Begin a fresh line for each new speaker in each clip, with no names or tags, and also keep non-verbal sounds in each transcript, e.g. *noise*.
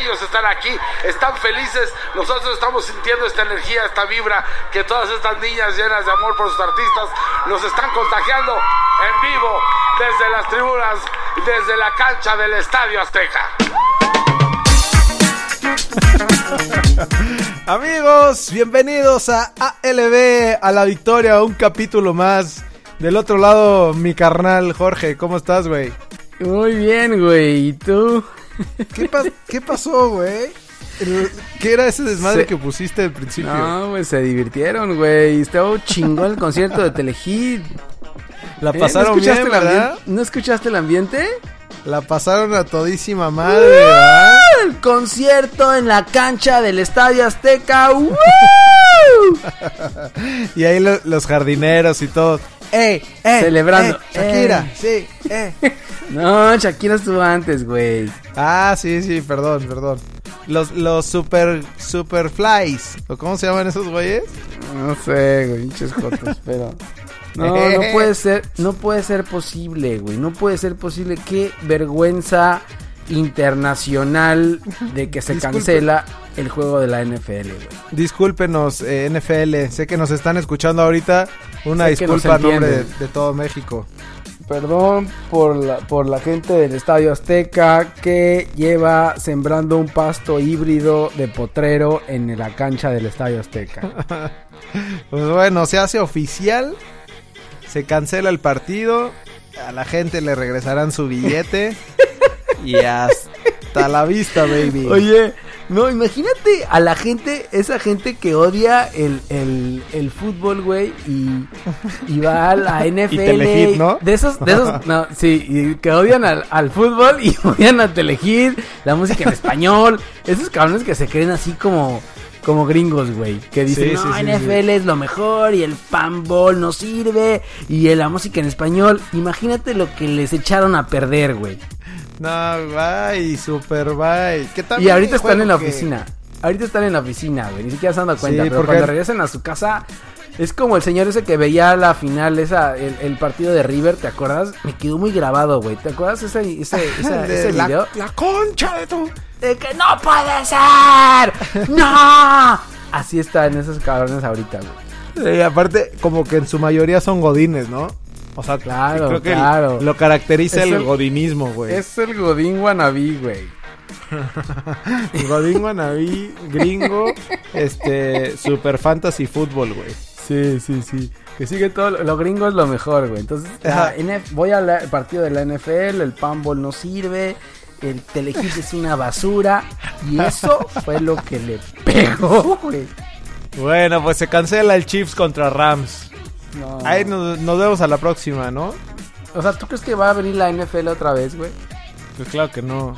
ellos están aquí, están felices. Nosotros estamos sintiendo esta energía, esta vibra que todas estas niñas llenas de amor por sus artistas nos están contagiando en vivo desde las tribunas, desde la cancha del Estadio Azteca.
Amigos, bienvenidos a ALB, a la victoria, un capítulo más. Del otro lado, mi carnal Jorge, ¿cómo estás, güey?
Muy bien, güey,
*laughs*
¿y tú?
¿Qué, pa *laughs* ¿Qué pasó, güey? ¿Qué era ese desmadre se... que pusiste al principio?
No, pues se divirtieron, güey. Estaba chingón el concierto de Telehit.
La pasaron
¿Eh? ¿No
bien, ¿verdad?
¿No escuchaste el ambiente?
La pasaron a todísima madre, ¿verdad?
¡Ah! El concierto en la cancha del Estadio Azteca. ¡Woo!
y ahí lo, los jardineros y todo. ¡Eh! ¡Eh!
Celebrando.
Eh, Shakira, eh. sí, eh.
No, Shakira estuvo antes, güey.
Ah, sí, sí, perdón, perdón. Los, los super, super flies. ¿O cómo se llaman esos güeyes?
No sé, güey, hinches jotos, pero. No, no
*laughs*
puede ser, no puede ser posible, güey. No puede ser posible. Qué vergüenza internacional de que se Disculpe. cancela el juego de la NFL, güey.
Discúlpenos, eh, NFL. Sé que nos están escuchando ahorita. Una
Sé que nos
disculpa a nombre de,
entienden.
de todo México.
Perdón por la, por la gente del Estadio Azteca que lleva sembrando un pasto híbrido de potrero en la cancha del Estadio Azteca.
Pues bueno, se hace oficial. Se cancela el partido. A la gente le regresarán su billete. y hasta la vista, baby.
Oye, no, imagínate a la gente, esa gente que odia el, el, el fútbol, güey, y, y va
*laughs*
a la NFL.
Telehit, ¿no?
De esos, de esos, no, sí, y que odian al, al fútbol y *laughs* odian a Telehit, la música en español. Esos cabrones que se creen así como... Como gringos, güey, que dicen,
Sí, sí,
no,
sí,
NFL es lo mejor y el fanball no sirve y la música en español. Imagínate lo que les echaron a perder, güey.
No, bye, super bye. ¿Qué tal
Y ahorita
videojuego
están en la
que-
oficina. Ahorita están en la oficina, güey. Ni siquiera se han dado cuenta.
Sí,
pero
porque-
cuando regresan a su casa, es como el señor ese que veía la final, esa, el, el partido de River, ¿te acuerdas? Me quedó muy grabado, güey. ¿Te acuerdas ese, *laughs* ese,
de
esa- Ah, ese
la,
video?
la concha de tu.
De que no puede ser. *laughs* ¡No! Así están esos cabrones ahorita, güey.
Sí, aparte, como que en su mayoría son godines, ¿no? O sea,
Claro,
creo que el-
claro.
lo caracteriza
Es
el,
el-
godinismo, güey.
Es el Godín wannabe, güey.
El Godín guanabí, gringo, este, super fantasy fútbol, güey.
Sí, sí, sí. Que sigue todo. lo- Los gringos lo mejor, güey. Entonces,
Ajá.
la NF voy al partido de la NFL, el Pambol no sirve, el Telehit es una basura. Y eso fue lo que le pegó, güey.
Bueno, pues se cancela el Chiefs contra Rams.
No.
Ahí nos, nos vemos a la próxima, ¿no?
O sea, ¿tú crees que va a venir la NFL otra vez, güey?
Pues claro que no.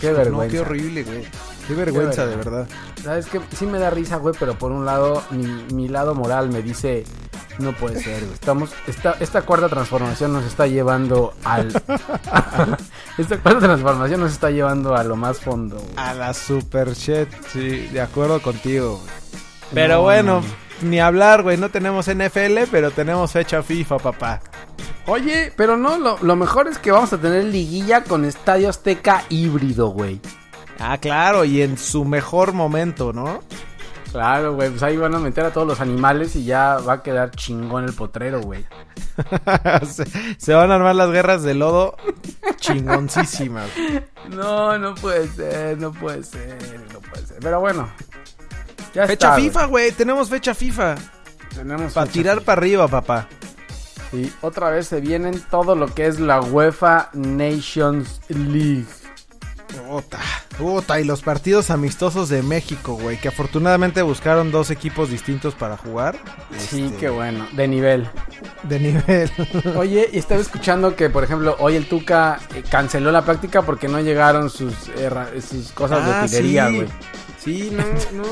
Qué
No,
vergüenza.
qué horrible, güey. Qué vergüenza, de verdad.
Sabes que sí me da risa, güey, pero por un lado, mi, mi lado moral me dice, no puede ser, güey. Estamos, esta, esta cuarta transformación nos está llevando al... *laughs* esta cuarta transformación nos está llevando a lo más fondo, güey.
A la super shit, sí, de acuerdo contigo. güey. Pero
No,
bueno,
no,
ni hablar, güey, no tenemos NFL, pero tenemos fecha FIFA, papá.
Oye, pero no, lo, lo mejor es que vamos a tener liguilla con Estadio Azteca híbrido, güey.
Ah, claro, y en su mejor momento, ¿no?
Claro, güey, pues ahí van a meter a todos los animales y ya va a quedar chingón el potrero, güey.
*laughs* se, se van a armar las guerras de lodo *laughs* chingoncísimas.
No, no puede ser, no puede ser, no puede ser. Pero bueno. Ya
Fecha
está, güey.
FIFA, güey, tenemos fecha FIFA.
Tenemos
Para
fecha
tirar para arriba, papá.
FIFA. Y otra vez se vienen todo lo que es la UEFA Nations League.
Puta, puta, y los partidos amistosos de México, güey, que afortunadamente buscaron dos equipos distintos para jugar.
Sí,
Este,
qué bueno, de nivel. *laughs*
De *laughs* nivel.
Oye, y estaba escuchando que, por ejemplo, hoy el Tuca eh, canceló la práctica porque no llegaron sus, herra- sus cosas
Ah,
de utilería,
sí.
güey.
Sí, *laughs* no, no.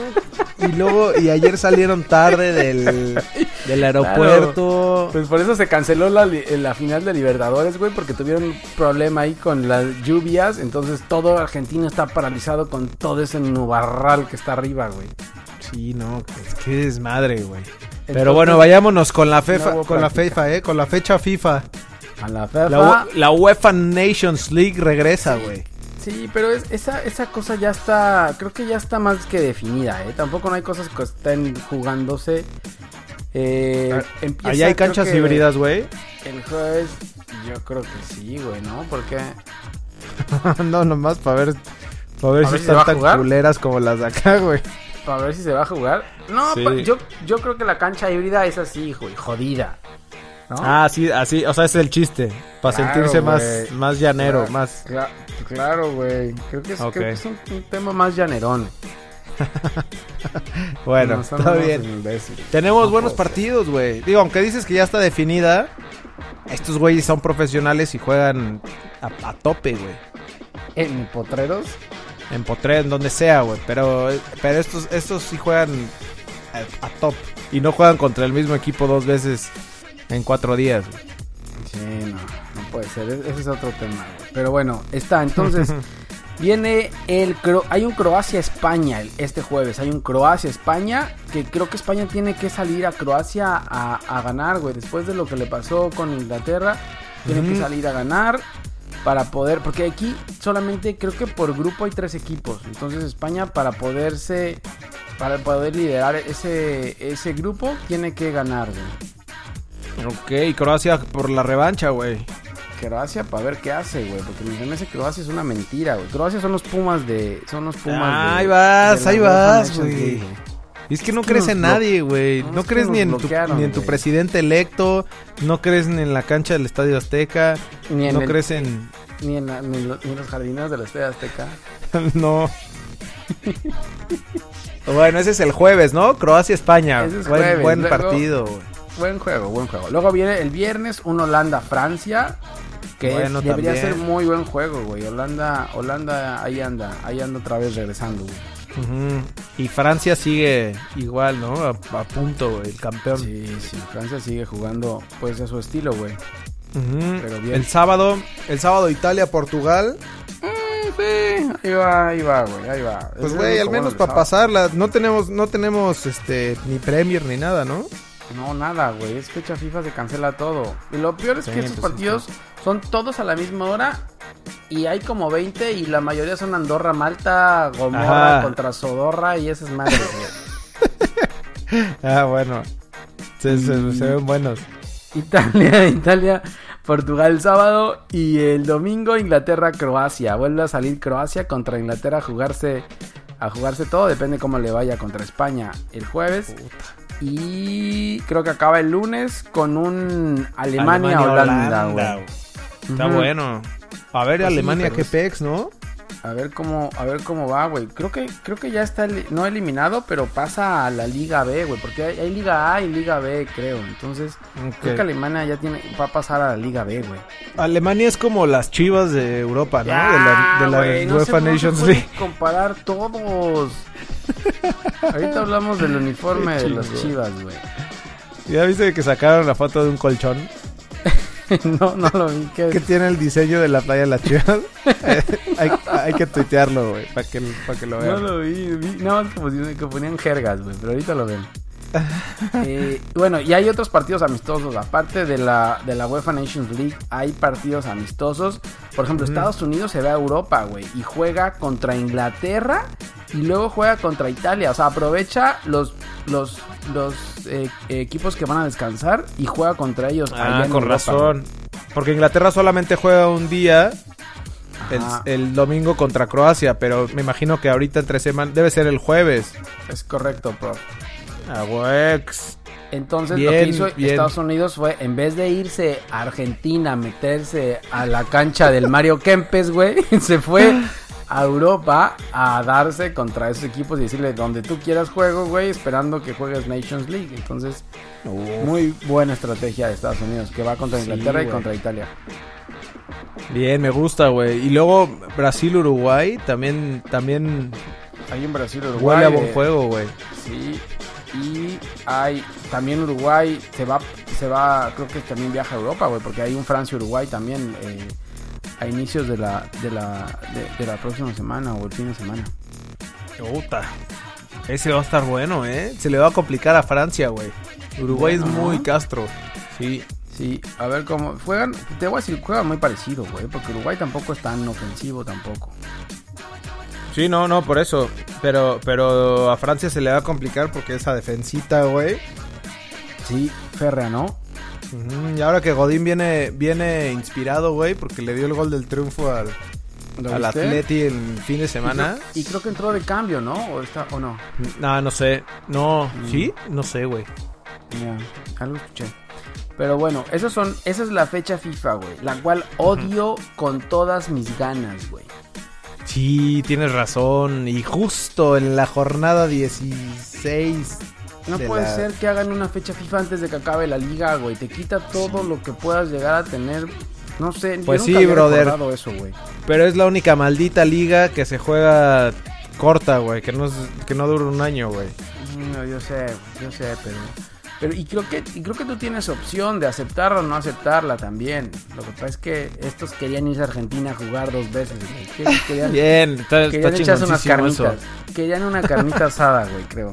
Y luego, y ayer salieron tarde *laughs* del, del aeropuerto.
Pues por eso se canceló la, li- la final de Libertadores, güey, porque tuvieron un problema ahí con las lluvias. Entonces todo Argentina está paralizado con todo ese nubarral que está arriba, güey.
Sí, no, es que desmadre, güey. Pero
Entonces,
bueno, vayámonos con la FIFA,
hubo
con la
práctica.
FIFA, eh, con la fecha FIFA.
A la fefa.
La, U- la UEFA Nations League regresa, güey.
Sí, Sí, pero es- esa, esa cosa ya está, creo que ya está más que definida, ¿eh? Tampoco no hay cosas que estén jugándose. Eh, empieza,
Allá Ah, hay
creo
canchas
que
híbridas, güey.
El jueves, yo creo que sí, güey, ¿no? Porque...
*laughs* no, nomás para ver, para ver
¿A
si
ver si se
están
va a
tan
jugar?
culeras como las de acá, güey.
Para ver si se va a jugar. No,
Sí.
pa- yo, yo creo que la cancha híbrida es así, güey, jodida. ¿No?
Ah, sí, así, o sea, es el chiste. Para
Claro,
sentirse más,
güey.
más llanero,
Cla-
más.
cla- claro, güey. Creo que es, creo
Ok.
que es un, un tema más llanerón.
Bueno,
No,
*laughs*
son
está
unos
bien.
imbéciles.
Tenemos
No
buenos
puede ser.
partidos, güey. Digo, aunque dices que ya está definida, estos güeyes son profesionales y juegan a, a tope, güey.
En potreros.
En Potré, en donde sea, güey. Pero, pero estos, estos sí juegan a, a top. Y no juegan contra el mismo equipo dos veces en cuatro días, güey.
Sí, no, no puede ser. es- Ese es otro tema, güey. Pero bueno, está. Entonces, viene el. Cro- hay un Croacia-España el- este jueves. Hay un Croacia-España que creo que España tiene que salir a Croacia a, a ganar, güey. Después de lo que le pasó con Inglaterra, tienen que
Ujú.
salir a ganar. Para poder, porque aquí solamente creo que por grupo hay tres equipos. Entonces España para poderse, para poder liderar ese, ese grupo tiene que ganar, güey.
Ok, Croacia por la revancha, güey.
Croacia para ver qué hace, güey. Porque me dicen ese Croacia es una mentira, güey. Croacia son los Pumas de. Son los Pumas
Ah,
de-
ahí vas,
de la
ahí
UEFA
vas,
Nations
güey.
League,
Y es que no
que
crees
nos
en
blo-
nadie, güey.
No,
No,
es que
crees
nos
ni en, tu,
bloquearon,
ni en tu
güey.
presidente electo. No crees ni en la cancha del Estadio Azteca.
Ni en
no
el-
crees en. *laughs*
Ni en, la- ni en lo- ni en los jardineros de la Estadio Azteca. *laughs*
no. bueno, ese es el jueves, ¿no? Croacia-España.
Ese es
buen
jueves,
buen
luego-
partido, güey.
Buen juego, buen juego. Luego viene el viernes un Holanda-Francia. Que es-
Bueno,
debería
también.
ser muy buen juego, güey. Holanda, Holanda, ahí anda. Ahí anda otra vez regresando, güey.
Ujú. Y Francia sigue igual, ¿no? A, a punto, güey, el campeón.
Sí, sí. Francia sigue jugando, pues, a su estilo, güey.
Ujú.
Pero bien.
El sábado, el sábado Italia-Portugal.
Sí, ahí va, ahí va, güey. Ahí va.
Pues
Ese
güey,
es
al
como
menos
el
para
sábado.
pasarla. No tenemos, no tenemos este ni Premier ni nada, ¿no?
No, nada, güey. Es fecha FIFA, se cancela todo. Y lo peor es
Sí,
que estos
pues,
partidos son todos a la misma hora. Y hay como 20 y la mayoría son Andorra, Malta, Gomorra
Ajá.
contra Sodorra y esas madres, güey. *laughs*
Ah, bueno. Se, se- se ven buenos.
Italia, Italia, Portugal el sábado y el domingo Inglaterra, Croacia. Vuelve a salir Croacia contra Inglaterra a jugarse, a jugarse todo, depende cómo le vaya contra España el jueves. Y creo que acaba el lunes con un Alemania-Holanda, güey.
Está
Ujú.
bueno. A ver,
Pues sí,
Alemania,
pero
qué
es-
pex, ¿no?
A ver cómo, a ver cómo va, güey. Creo que, creo que ya está el- no eliminado, pero pasa a la Liga B, güey. Porque hay, hay Liga A y Liga B, creo. Entonces, creo que Alemania ya tiene, va a pasar a la Liga B, güey.
Alemania es como las chivas Ah, de Europa, ¿no?
Ya,
de la, de
güey,
la
no se-
UEFA
no se
Nations
pueden
League. *laughs*
Comparar todos. Ahorita hablamos del uniforme
Qué
de las
chingón.
Chivas, güey. *laughs*
¿Ya viste que sacaron la foto de un colchón?
No, no lo vi. ¿qué es?
Que tiene el diseño de la playa de las chivas. *laughs* hay, hay que tuitearlo, güey, para que, para que lo
No
vean.
lo vi, vi- nada más que pusieron- que ponían jergas, güey, pero ahorita lo
*laughs*
ven. Eh, bueno, y hay otros partidos amistosos, aparte de la, de la UEFA Nations League, hay partidos amistosos. Por ejemplo, Estados Unidos se va a Europa, güey, y juega contra Inglaterra y luego juega contra Italia. O sea, aprovecha los, los, los eh, equipos que van a descansar y juega contra ellos. allá
Ah,
en
con
Europa,
razón. Porque Inglaterra solamente juega un día, el,
Ajá.
el domingo contra Croacia, pero me imagino que ahorita entre semana debe ser el jueves.
güey. Es correcto, bro.
Ah, wex.
Entonces lo
Bien,
que hizo
bien.
Estados Unidos fue, en vez de irse a Argentina, meterse a la cancha del Mario Kempes, güey, *laughs* se fue a Europa a darse contra esos equipos y decirle donde tú quieras juego, güey, esperando que juegues Nations League. Entonces, muy buena estrategia de Estados Unidos, que va contra
Sí,
Inglaterra y
güey.
contra Italia.
Bien, me gusta, güey. Y luego Brasil-Uruguay también, también
Hay en Brasil, Uruguay.
huele a buen
eh,
juego, güey.
Sí. Y hay también Uruguay se va, se va, creo que también viaja a Europa, güey, porque hay un Francia-Uruguay también eh, a inicios de la, de la, de, de la próxima semana o el fin de semana.
Puta. Ese va a estar bueno, ¿eh? Se le va a complicar a Francia, güey. Uruguay es
Bueno.
muy castro. Sí.
Sí, a ver cómo juegan. Te voy a decir, juegan muy parecido, güey, porque Uruguay tampoco es tan ofensivo tampoco.
Sí, no, no, por eso. Pero, pero a Francia se le va a complicar porque esa defensita, güey.
Sí, férrea, ¿no?
Ujú, Y ahora que Godín viene, viene inspirado, güey, porque le dio el gol del triunfo al,
¿Lo
al
viste?
Atleti el fin de semana.
Y creo que entró de cambio, ¿no? O está o no.
No, no sé. No, ¿sí? No sé, güey.
Ya, algo escuché. Pero bueno, esos son, esa es la fecha FIFA, güey. La cual odio con todas mis ganas, güey.
Sí, tienes razón. Y justo en la jornada 16.
No
de
puede
la-
ser que hagan una fecha FIFA antes de que acabe la liga, güey. Te quita todo lo que puedas llegar a tener. No sé,
Pues
yo nunca
sí,
había
brother.
recordado eso, güey.
Pero es la única maldita liga que se juega corta, güey. Que no, es- que no dura un año, güey.
Mm, No, yo sé, yo sé, pero. Pero, y creo que, y creo que tú tienes opción de aceptarla o no aceptarla también. Lo que pasa es que estos querían irse a Argentina a jugar dos veces, güey. Que- Querían,
Bien, está, está
querían echarse unas
chingoncísimo eso.
carnitas. Querían
*laughs*
una carnita asada, güey, creo.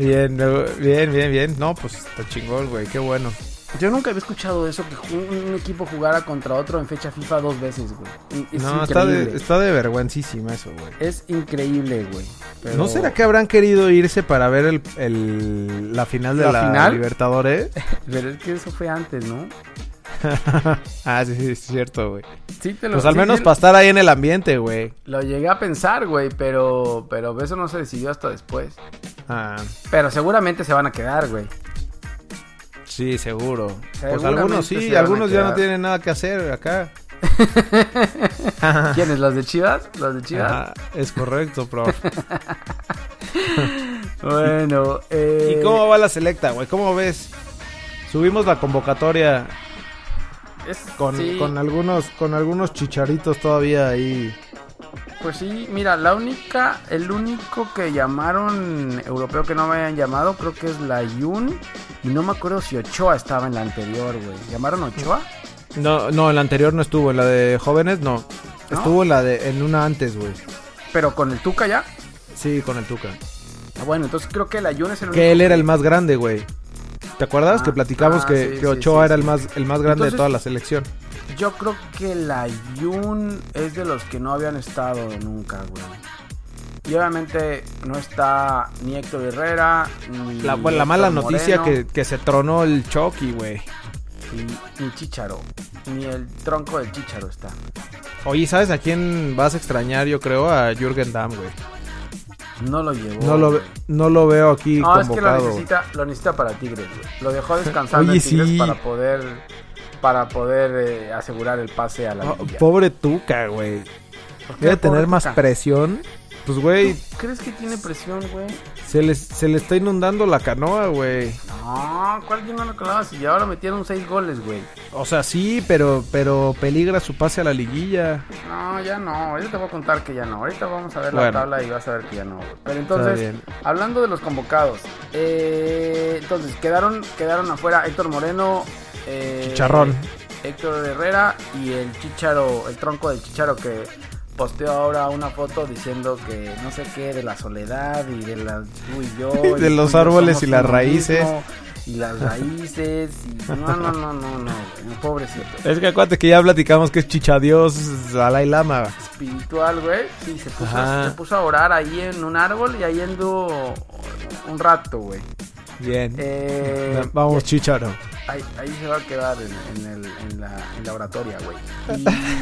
Bien, eh, bien, bien, bien. No, pues está chingón, güey. Qué bueno.
Yo nunca había escuchado eso, que ju- un equipo jugara contra otro en fecha FIFA dos veces, güey. Y- Es
no, está
increíble.
de, está de vergüencísima eso, güey.
Es increíble, güey. pero-
¿No será que habrán querido irse para ver el, el- la final de
¿La
la,
final?
Libertadores?
Pero es que eso fue antes, ¿no?
*laughs* ah, sí, sí, es cierto, güey.
Sí, te lo
Pues al
sí,
menos
sí,
para estar ahí en el ambiente, güey.
Lo llegué a pensar, güey, pero, pero eso no se decidió hasta después.
Ah,
Pero seguramente se van a quedar, güey.
sí, seguro. Pues
Seguramente
algunos
se
sí,
van a
algunos ya no
quedar.
tienen nada que hacer acá.
¿Quiénes? ¿Las de Chivas? ¿Las de Chivas?
Ah, es correcto, prof. *laughs*
Bueno, eh...
¿Y cómo va la selecta, güey? ¿Cómo ves? Subimos la convocatoria
es-
con,
sí,
con algunos con algunos chicharitos todavía ahí.
Pues sí, mira, la única, el único que llamaron europeo que no me hayan llamado, creo que es la Yun. Y no me acuerdo si Ochoa estaba en la anterior, güey. ¿Llamaron Ochoa?
No, no, en la anterior no estuvo, en la de jóvenes no.
¿No?
Estuvo en la de en una antes, güey.
Pero con el Tuca ya.
Sí, con el Tuca.
Ah, Bueno, entonces creo que la Yun es el único.
Que él era el más grande, güey. ¿Te acuerdas
Ah,
que platicamos
ah,
que,
sí,
que
sí,
Ochoa
sí,
era
sí.
el más el más grande
Entonces-
de toda la selección?
Yo creo que la Yun es de los que no habían estado nunca, güey. Y obviamente no está ni Héctor Herrera, ni.
La, bueno, la mala
Mm, Héctor
noticia que,
Moreno,
que se tronó el Chucky, güey.
y- ni Chicharo. Ni el tronco del Chicharo está.
Oye, ¿sabes a quién vas a extrañar? Yo creo a Jürgen Damm, güey.
No lo llevó.
No lo,
Oh, güey.
ve- no lo veo aquí
No, es que lo
convocado. güey.
necesita, lo necesita para Tigres, güey. Lo dejó descansando
Oye,
en Tigres
sí.
para poder. Para poder eh, asegurar el pase a la
Ah,
liguilla.
pobre Tuca, güey.
¿Por qué
Debe
pobre
tener más
Tuca?
presión. Pues, güey,
¿Crees que tiene presión, güey?
se le se les está inundando la canoa, güey.
No, ¿cuál yo no lo colaba? Si ya ahora metieron seis goles, güey.
O sea, sí, pero, pero peligra su pase a la liguilla.
No, ya no. Ahorita te voy a contar que ya no. Ahorita vamos a ver la
Bueno.
tabla y vas a ver que ya no. güey.
Está
Pero entonces,
bien.
hablando de los convocados, eh, entonces quedaron, quedaron afuera Héctor Moreno, eh,
Chicharrón.
Héctor Herrera y el chicharo, el tronco del chicharo que posteó ahora una foto diciendo que no sé qué de la soledad y de la tú y
*laughs*
yo
De
y
los
tú y yo
árboles
somos
y las
uno
raíces.
mismo, y las raíces y no no no no no güey, pobrecito
Es que acuérdate que ya platicamos que es chichadios Dalai Lama.
espiritual, güey. Sí, se puso,
Ajá.
se puso a orar ahí en un árbol y ahí ando un rato, güey.
Bien.
Eh,
Va- Vamos, chicharo.
ahí, ahí se va a quedar en, en el- en la, en la oratoria, güey.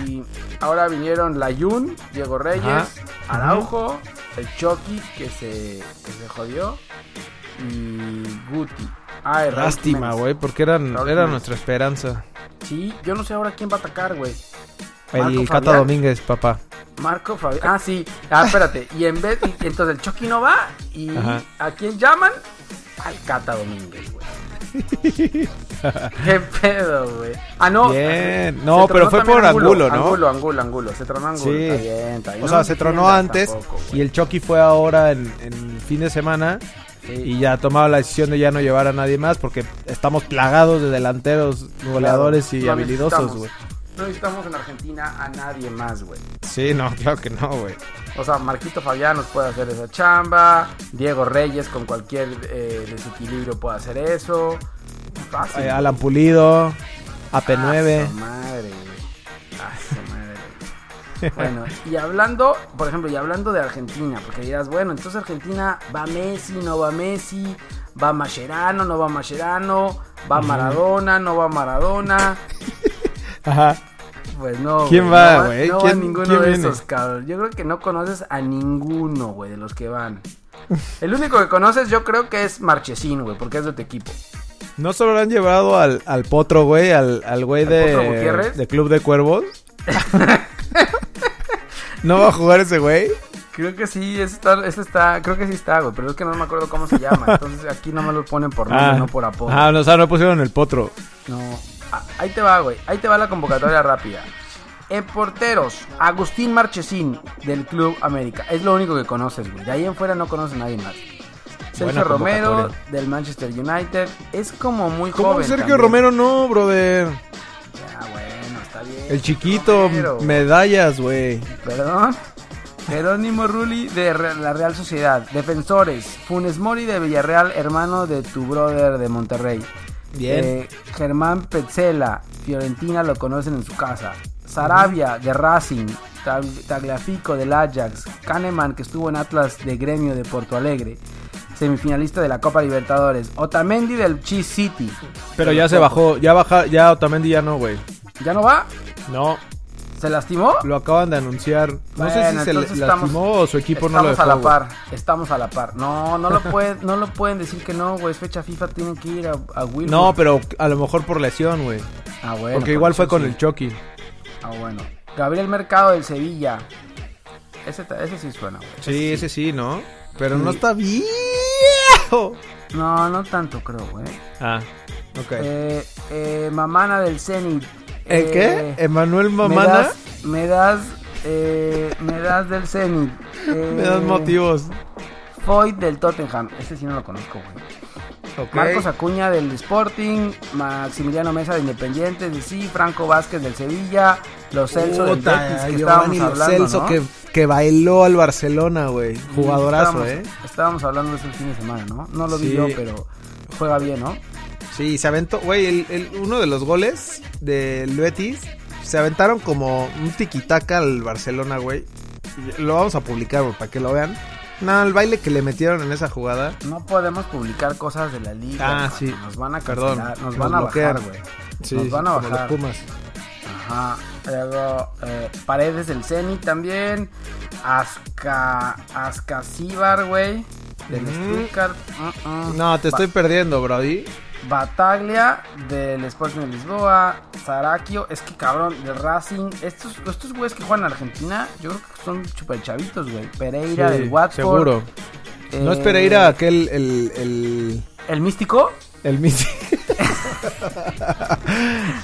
Y ahora vinieron Layun, Diego Reyes,
Ajá.
Araujo, el Chucky que se, que se jodió y Guti. Ah, el Raúl
Lástima,
Jiménez.
güey, porque eran,
Raúl
era
Jiménez.
nuestra esperanza.
Sí, yo no sé ahora quién va a atacar, güey. Marco
El Cata
Fabián.
Domínguez, papá.
Marco Fabián. Ah, sí. Ah, espérate. Y en vez. y entonces el Chucky no va. ¿Y
Ajá.
a quién llaman? Al Cata Domínguez, güey. ¿Qué pedo, güey? Ah, no.
Bien.
se
No,
tronó
pero fue
también
por Angulo, ¿no?
Angulo, Angulo, Angulo. Se tronó Angulo.
Sí.
Está bien, está bien.
O
No
sea,
me
se tronó
defiendas
antes
tampoco, güey.
y el Chucky fue ahora en, en fin de semana
Sí.
y ya tomaba la decisión de ya no llevar a nadie más porque estamos plagados de delanteros, goleadores y
Lo
habilidosos,
necesitamos.
güey.
No necesitamos en Argentina a nadie más, güey.
Sí, no, *laughs* claro que no, güey.
O sea, Marquito Fabián nos puede hacer esa chamba. Diego Reyes con cualquier eh, desequilibrio puede hacer eso. Fácil.
Eh, Alan Pulido, AP9.
Ah, su madre, güey. Ah, su madre, güey. Bueno, y hablando, por ejemplo, y hablando de Argentina, porque dirás, bueno, entonces Argentina va Messi, no va Messi, va Mascherano, no va Mascherano, va Maradona, no va Maradona.
Ajá.
Pues no.
¿Quién
güey,
va,
no
güey?
No va
¿Quién-
ninguno
quién
de
viene?
esos, cabrón. Yo creo que no conoces a ninguno, güey, de los que van. El único que conoces, yo creo que es Marchesín, güey, porque es de tu equipo.
¿No se habrán llevado al, al potro, güey? Al, al güey
¿Al
de,
Potro Gutiérrez?
de Club de
*laughs*
Cuervos. ¿No va a jugar ese güey?
Creo que sí, ese está, ese está, creo que sí está, güey, pero es que no me acuerdo cómo se
*laughs*
llama. Entonces aquí nomás lo ponen por nombre, no por apodo.
Ah, no, o sea, no pusieron el potro.
No. Ah, ahí te va, güey. Ahí te va la convocatoria rápida. En porteros, Agustín Marchesín del Club América. Es lo único que conoces, güey. De ahí en fuera no conoces a nadie más. Sergio
Buena
Romero
convocatoria.
del Manchester United. Es como muy
¿Cómo
joven.
Sergio
también.
Romero no, brother?
Ya, bueno, está bien.
El chiquito,
Romero.
medallas, güey.
Perdón. Jerónimo Rulli de Re- la Real Sociedad. Defensores, Funes Mori de Villarreal, hermano de tu brother de Monterrey.
Bien.
Eh, Germán Petzela, Fiorentina lo conocen en su casa. Sarabia de Racing, Tag- Tagliafico del Ajax, Kahneman que estuvo en Atlas de Gremio de Porto Alegre, semifinalista de la Copa Libertadores, Otamendi del Cheese City.
Pero ya se bajó, ya baja, ya Otamendi ya no, güey.
¿Ya no va?
No,
¿Se lastimó?
lo acaban de anunciar. No sé
Bueno,
si se le
entonces estamos-
lastimó o su equipo no lo dejó.
Estamos a la
güey.
par, estamos a la par. No, no lo, puede, no lo pueden decir que no, güey. Es fecha FIFA, tienen que ir a, a Wilford.
No, pero a lo mejor por lesión, güey.
Ah, bueno,
Porque
por
igual
eso
fue con
sí.
el Chucky.
Ah, bueno. Gabriel Mercado del Sevilla. Ese, ta- ese sí suena, güey.
Sí, ese sí, ¿no? Pero no
Sí.
está viejo.
No, no tanto creo, güey.
Ah, ok.
Eh, eh, Mamana del Zenit.
¿El
Eh,
qué? ¿Emanuel
me
Mamana?
das- Me das, eh, me das del Zenit. Eh,
*laughs* Me das motivos.
Foyt del Tottenham. Ese sí no lo conozco, güey.
Ok.
Marcos Acuña del Sporting, Maximiliano Mesa de Independiente, de sí, Franco Vázquez del Sevilla, los Celso del
Puta,
Betis, que
Giovanni
estábamos
Lo
hablando,
Celso
¿no?
que, que bailó al Barcelona, güey. Jugadorazo,
estábamos,
¿eh?
Estábamos hablando de eso el fin de semana, ¿no? No lo vi
Sí.
yo, pero juega bien, ¿no?
Sí, se aventó, güey, el, el- uno de los goles del Betis, se aventaron como un tiquitaca al Barcelona, güey. Lo vamos a publicar, güey, para que lo vean. No, el baile que le metieron en esa jugada.
No podemos publicar cosas de la liga.
Ah,
hermano,
sí.
Nos van a
Perdón,
cancelar, nos
que
van
nos
a bajar,
bloquean.
güey. nos van a
como los
bajar.
Pumas.
Ajá. Luego, eh, Paredes del Zenit también. Asca. Ascasíbar, güey. Del
Ujú.
Stuttgart. Mm, mm.
No, te
Ba-
estoy perdiendo, Brody.
Bataglia del Sporting de Lisboa, Sarakio, es que cabrón, del Racing, estos, estos güeyes que juegan en Argentina, yo creo que son super chavitos, güey. Pereira
Sí,
del Watford.
seguro.
eh,
No es Pereira aquel, el, el,
El místico.
el
*laughs*
Misi.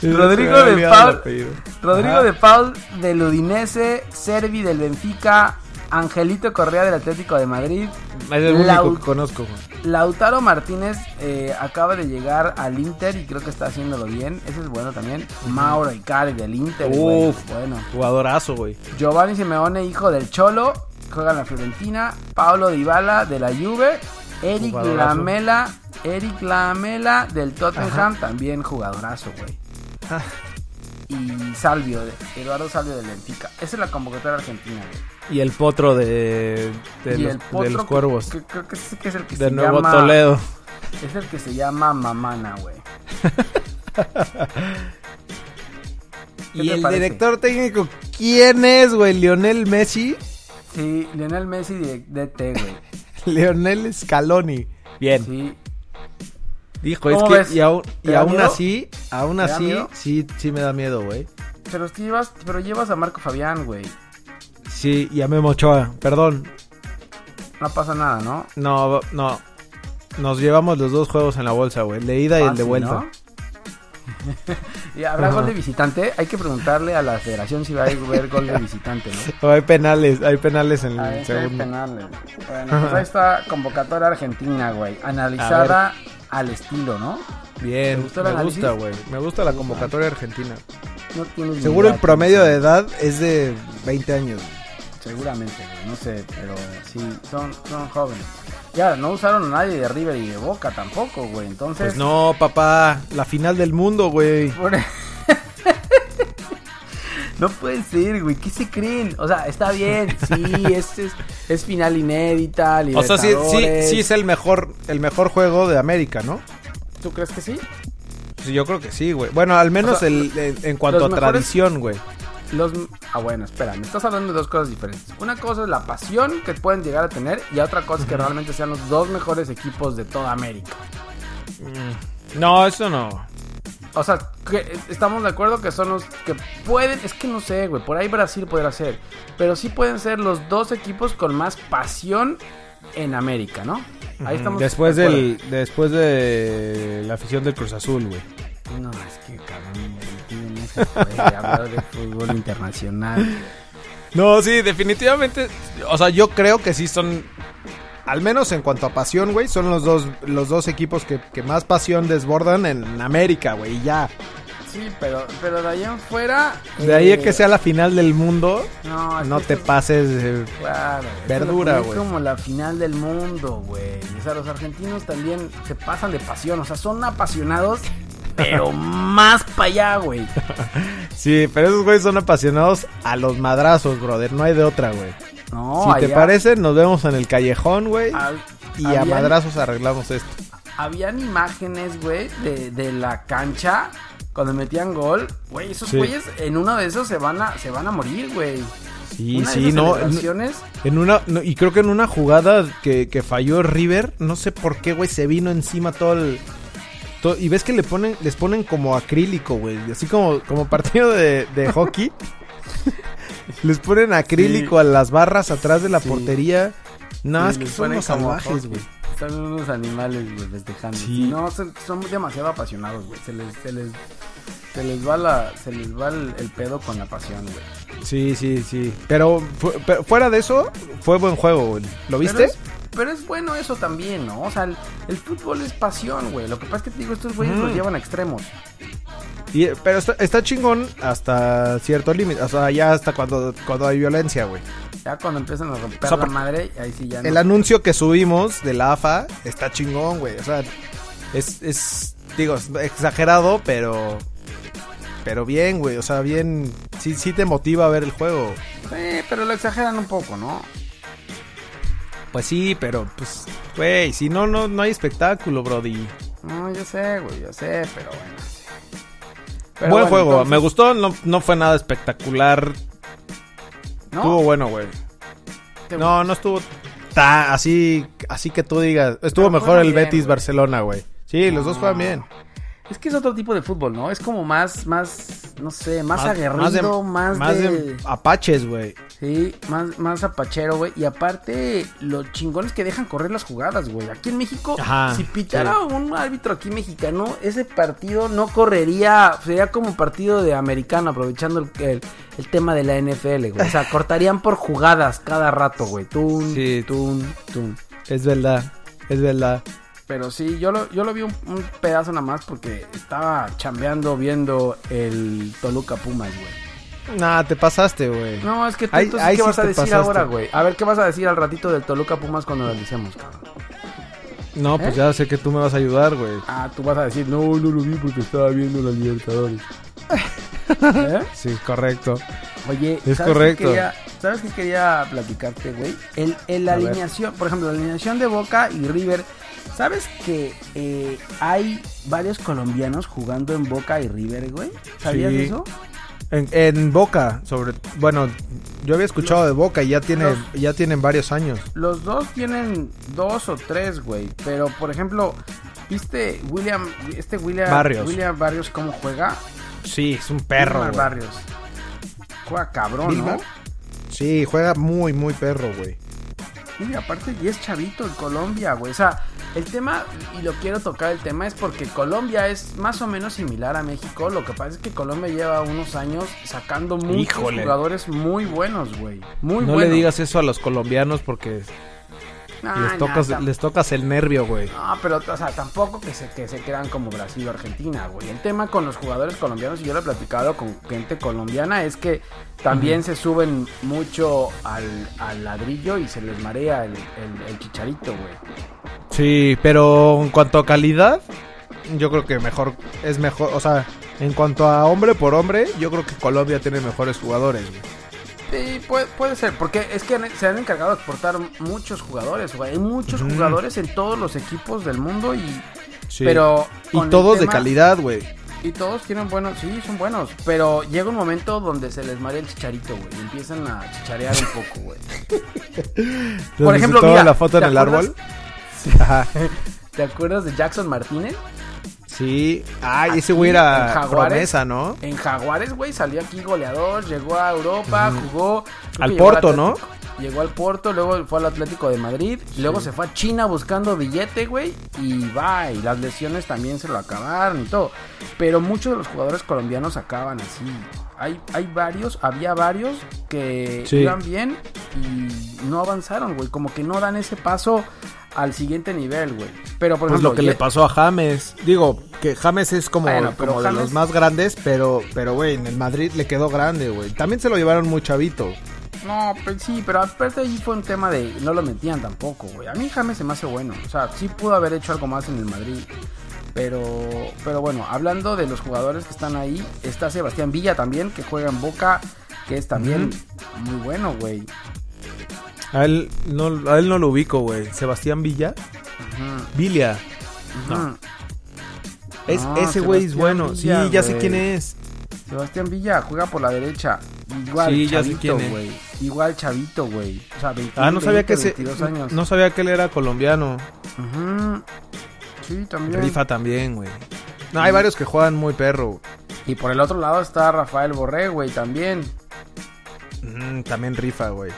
Rodrigo
Se me
de
olvidaba
Paul.
el apellido.
Rodrigo
Ajá.
de Paul del Udinese, Servi del Benfica, Angelito Correa del Atlético de Madrid,
Es el único
Lau-
que conozco, güey.
Lautaro Martínez eh, acaba de llegar al Inter y creo que está haciéndolo bien, ese es bueno también. Mauro Icardi del Inter, güey,
Uf.
bueno.
Jugadorazo, güey.
Giovanni Simeone, hijo del Cholo, juega en la Fiorentina. Paulo Dybala de la Juve. Eric
Jugadorazo.
Lamela, Eric Lamela del Tottenham, también jugadorazo, güey.
Ah.
Y Salvio, de- Eduardo Salvio del Benfica. Esa es la convocatoria argentina, güey.
Y el potro de, de,
Y
los,
el potro
de los
que-
cuervos.
que creo que es, que es el que
de
se
Nuevo
llama.
Toledo.
Es el que se llama Mamana,
*laughs*
güey. ¿Qué
¿Y
te
el
parece?
director técnico quién es, güey? ¿Lionel Messi? *laughs*
Sí, Lionel Messi de DT, güey.
Lionel Scaloni. Bien.
Sí,
Dijo, es
¿Cómo
que
ves?
y, aún,
¿Te
y
da
aún
miedo?
así, aún
¿Te da
así,
miedo?
sí, sí me da miedo, güey.
pero, es que llevas, pero llevas a Marco Fabián, güey.
Sí, y a Memo Ochoa, perdón.
No pasa nada, ¿no?
No, no. Nos llevamos los dos juegos en la bolsa, güey. El de ida y el de
Fácil,
vuelta.
¿no? *laughs* ¿Y habrá
Ajá.
gol de visitante? Hay que preguntarle a la federación si va a haber gol de visitante, ¿no?
O hay penales, hay penales en *laughs*
Ah,
el
ese es
segundo.
penal, güey. Bueno, pues ahí está convocatoria argentina, güey. Analizada al estilo, ¿no?
Bien,
¿Te gustó el
me
análisis?
gusta, güey. Me gusta la convocatoria argentina.
No tienes ni
Seguro
idea,
el promedio
tío.
de edad es de 20 años.
Seguramente, güey, no sé, pero sí, son, son jóvenes. Ya, no usaron a nadie de River y de Boca tampoco, güey. Entonces,
Pues no, papá, la final del mundo, güey.
por- e-. *laughs* No puede ser, güey. ¿Qué se creen? O sea, está bien.
*laughs*
Sí, este es, es final inédita.
O sea, sí, sí,
Libertadores.
sí es el mejor, el mejor juego de América, ¿no?
¿Tú crees que sí?
Sí, yo creo que sí, güey. Bueno, al menos
O sea,
el, en- en cuanto a
los mejores-
tradición, güey.
Los... Ah, bueno, espera. Me estás hablando de dos cosas diferentes. Una cosa es la pasión que pueden llegar a tener. Y otra cosa es que realmente sean los dos mejores equipos de toda América.
No, eso no.
O sea, que estamos de acuerdo que son los que pueden, es que no sé, güey, por ahí Brasil podrá ser, pero sí pueden ser los dos equipos con más pasión en América, ¿no? Ahí estamos.
Después
de acuerdo.
del, después de la afición del Cruz Azul, güey.
No, es que cabrón, el tío no se puede hablar de fútbol internacional.
No, sí, definitivamente. O sea, yo creo que sí son. Al menos en cuanto a pasión, güey, son los dos, los dos equipos que, que más pasión desbordan en América, güey. y Ya.
Sí, pero, pero de allá en fuera.
De ahí a
eh,
que sea la final del mundo,
No, es
no
que
te
esto-
pases. eh,
Claro, esto
Verdura,
lo ponen
güey.
como la final del mundo, güey. O sea, los argentinos también se pasan de pasión. O sea, son apasionados,
*laughs*
pero más para allá, güey.
Sí, pero esos güeyes son apasionados a los madrazos, brother. No hay de otra, güey.
No,
si te
allá
parece, nos vemos en el callejón, güey.
hab-
Y a
habían-
madrazos arreglamos esto.
Habían imágenes, güey, de, de la cancha cuando metían gol. Güey, esos
Sí.
güeyes en uno de esos se van a, se van a morir, güey.
Sí,
Una de
sí,
esas
no.
celebraciones,
En una, no, y creo que en una jugada que, que falló River, no sé por qué, güey, se vino encima todo el. todo- y ves que le ponen, les ponen como acrílico, güey. Así como, como partido de,
*laughs*
de hockey. les ponen acrílico a las barras atrás de la
Sí.
portería. No,
y
es que
les
son
ponen
unos
como
salvajes,
hockey.
güey.
Son unos animales, güey, festejando.
Sí.
No, son, son demasiado apasionados, güey. Se les, se les, se les va la, se les va el, el pedo con la pasión, güey.
Sí, sí, sí. Pero, fu- pero fuera de eso, fue buen juego, güey. ¿Lo viste?
Pero es, pero es bueno eso también, ¿no? O sea, el, el fútbol es pasión, güey. Lo que pasa es que te digo, estos güeyes
Mm.
los llevan a extremos.
Y, eh, pero está, está chingón hasta cierto límite. O sea, ya hasta cuando, cuando hay violencia, güey.
Ya cuando empiezan a romper
O sea,
la
porque-
madre, ahí sí ya no.
El anuncio que subimos de la AFA está chingón, güey. O sea, es, es digo, es exagerado, pero pero bien, güey. O sea, bien, sí, sí te motiva a ver el juego.
Eh, pero lo exageran un poco, ¿no?
Pues sí, pero pues, güey, si no, no, no hay espectáculo, Brody.
No, yo sé, güey, yo sé, pero bueno. sí. Pero
Buen
bueno,
juego,
entonces-
me gustó, no, no fue nada espectacular.
¿No?
Estuvo bueno, güey.
Qué bueno.
No, no estuvo ta- así, así que tú digas. Estuvo
Pero
mejor
juegan
el
bien,
Betis
güey.
Barcelona, güey. Sí, los dos juegan bien.
Es que es otro tipo de fútbol, ¿no? Es como más, más, no sé, más, aguerrido,
de-
más,
más
de...
de apaches, güey.
Sí, más, más apachero, güey. Y aparte, los chingones que dejan correr las jugadas, güey. Aquí en México,
Ajá,
si pitara un árbitro aquí mexicano, ese partido no correría. Sería como partido de americano, aprovechando el, el- el tema de la NFL, güey. O sea, *laughs* cortarían por jugadas cada rato, güey. Tun,
Sí.
tun, tun.
Es verdad, es verdad.
Pero sí, yo lo, yo lo vi un, un pedazo nada más porque estaba chambeando viendo el Toluca Pumas, güey.
Nah, te pasaste, güey.
No, es que tú,
Ahí-
entonces,
ahí
¿qué
sí
vas a
te
decir
pasaste.
ahora, güey? A ver, ¿qué vas a decir al ratito del Toluca Pumas cuando lo decimos, cabrón?
No, pues
¿Eh?
ya sé que tú me vas a ayudar, güey.
Ah, tú vas a decir, no, no lo vi porque estaba viendo la Libertadores. *laughs* ¿Eh?
Sí, correcto.
Oye,
Es
¿sabes
correcto.
Qué quería, ¿Sabes qué quería platicarte, güey? El, el
A ver.
alineación, por ejemplo, la alineación de Boca y River. ¿Sabes que eh, hay varios colombianos jugando en Boca y River, güey? ¿Sabías
Sí.
eso?
En, en Boca, sobre, bueno, yo había escuchado de Boca y ya tiene,
Los-
ya tienen varios años.
Los dos tienen dos o tres, güey. Pero, por ejemplo, ¿viste William, este William
Barrios.
William Barrios cómo juega?
Sí, es un
Wilmar Barrios. Juega cabrón,
Wilmar.
¿no?
Sí, juega muy, muy perro, güey.
Y aparte, y es chavito en Colombia, güey. O sea, el tema, y lo quiero tocar el tema, es porque Colombia es más o menos similar a México. Lo que pasa es que Colombia lleva unos años sacando muchos
Híjole.
jugadores muy buenos, güey. Muy buenos.
eso a los colombianos porque
Ah, nah, tam-
tocas el nervio, güey.
No, pero, o sea, tampoco que se, que se crean como Brasil o Argentina, güey. El tema con los jugadores colombianos, y yo lo he platicado con gente colombiana, es que también se suben mucho al, al ladrillo y se les marea el, el- el chicharito, güey.
Sí, pero en cuanto a calidad, yo creo que mejor es mejor, o sea, En cuanto a hombre por hombre, yo creo que Colombia tiene mejores jugadores. güey.
Sí, puede, puede ser, porque es que han- se han encargado de exportar muchos jugadores, güey. Hay muchos jugadores en todos los equipos del mundo y...
Sí.
Pero con
y
el
todos de
tema-
calidad, güey.
Y todos tienen buenos, sí, son buenos. Pero llega un momento donde se les marea el chicharito, güey. Y empiezan a chicharear un poco, güey. Por
Donde
ejemplo,
se toma
mira,
la foto en
¿te
el
acuerdas?
árbol.
*laughs*
Ajá.
¿Te acuerdas de Jackson Martínez?
Sí. Ay, ese
Aquí,
güey
en
era
Jaguares.
promesa, ¿no?
En Jaguares, güey, salió aquí goleador, llegó a Europa, jugó... creo
Al
que llegó
Porto, ¿no?
Atlético- Llegó al Porto, luego fue al Atlético de Madrid, luego se fue a China buscando billete, güey, y va, y las lesiones también se lo acabaron y todo. Pero muchos de los jugadores colombianos acaban así. Hay, hay varios, había varios que
Sí.
iban bien y no avanzaron, güey, como que no dan ese paso al siguiente nivel, güey. Pero por
Pues
ejemplo,
lo que le
Ye-
pasó a James. Digo, que James es como,
Bueno, pero
como de
James-
los más grandes, pero, pero güey, en el Madrid le quedó grande, güey. También se lo llevaron muy chavito.
No, pues sí, pero aparte ahí fue un tema de no lo metían tampoco, güey. A mí James se me hace bueno, o sea, sí pudo haber hecho algo más en el Madrid. Pero pero bueno, hablando de los jugadores que están ahí, está Sebastián Villa también que juega en Boca, que es también muy bueno, güey.
A él no, a él no lo ubico, güey. Sebastián Villa. Villa. No.
Ujú.
Es,
Ah,
ese güey es
Sebastián
bueno.
Villa,
sí, ya sé
güey.
quién es.
Sebastián Villa juega por la derecha. Igual
Sí, ya sé
chavito,
quién es.
güey. Igual chavito, güey. O sea, 20,
Ah, no sabía que ese.
22 años.
No sabía que él era colombiano.
Ujú. Sí, también.
Rifa también, güey. No,
Mm.
hay varios que juegan muy perro.
Y por el otro lado está Rafael Borré, güey, también.
Mm, también rifa, güey.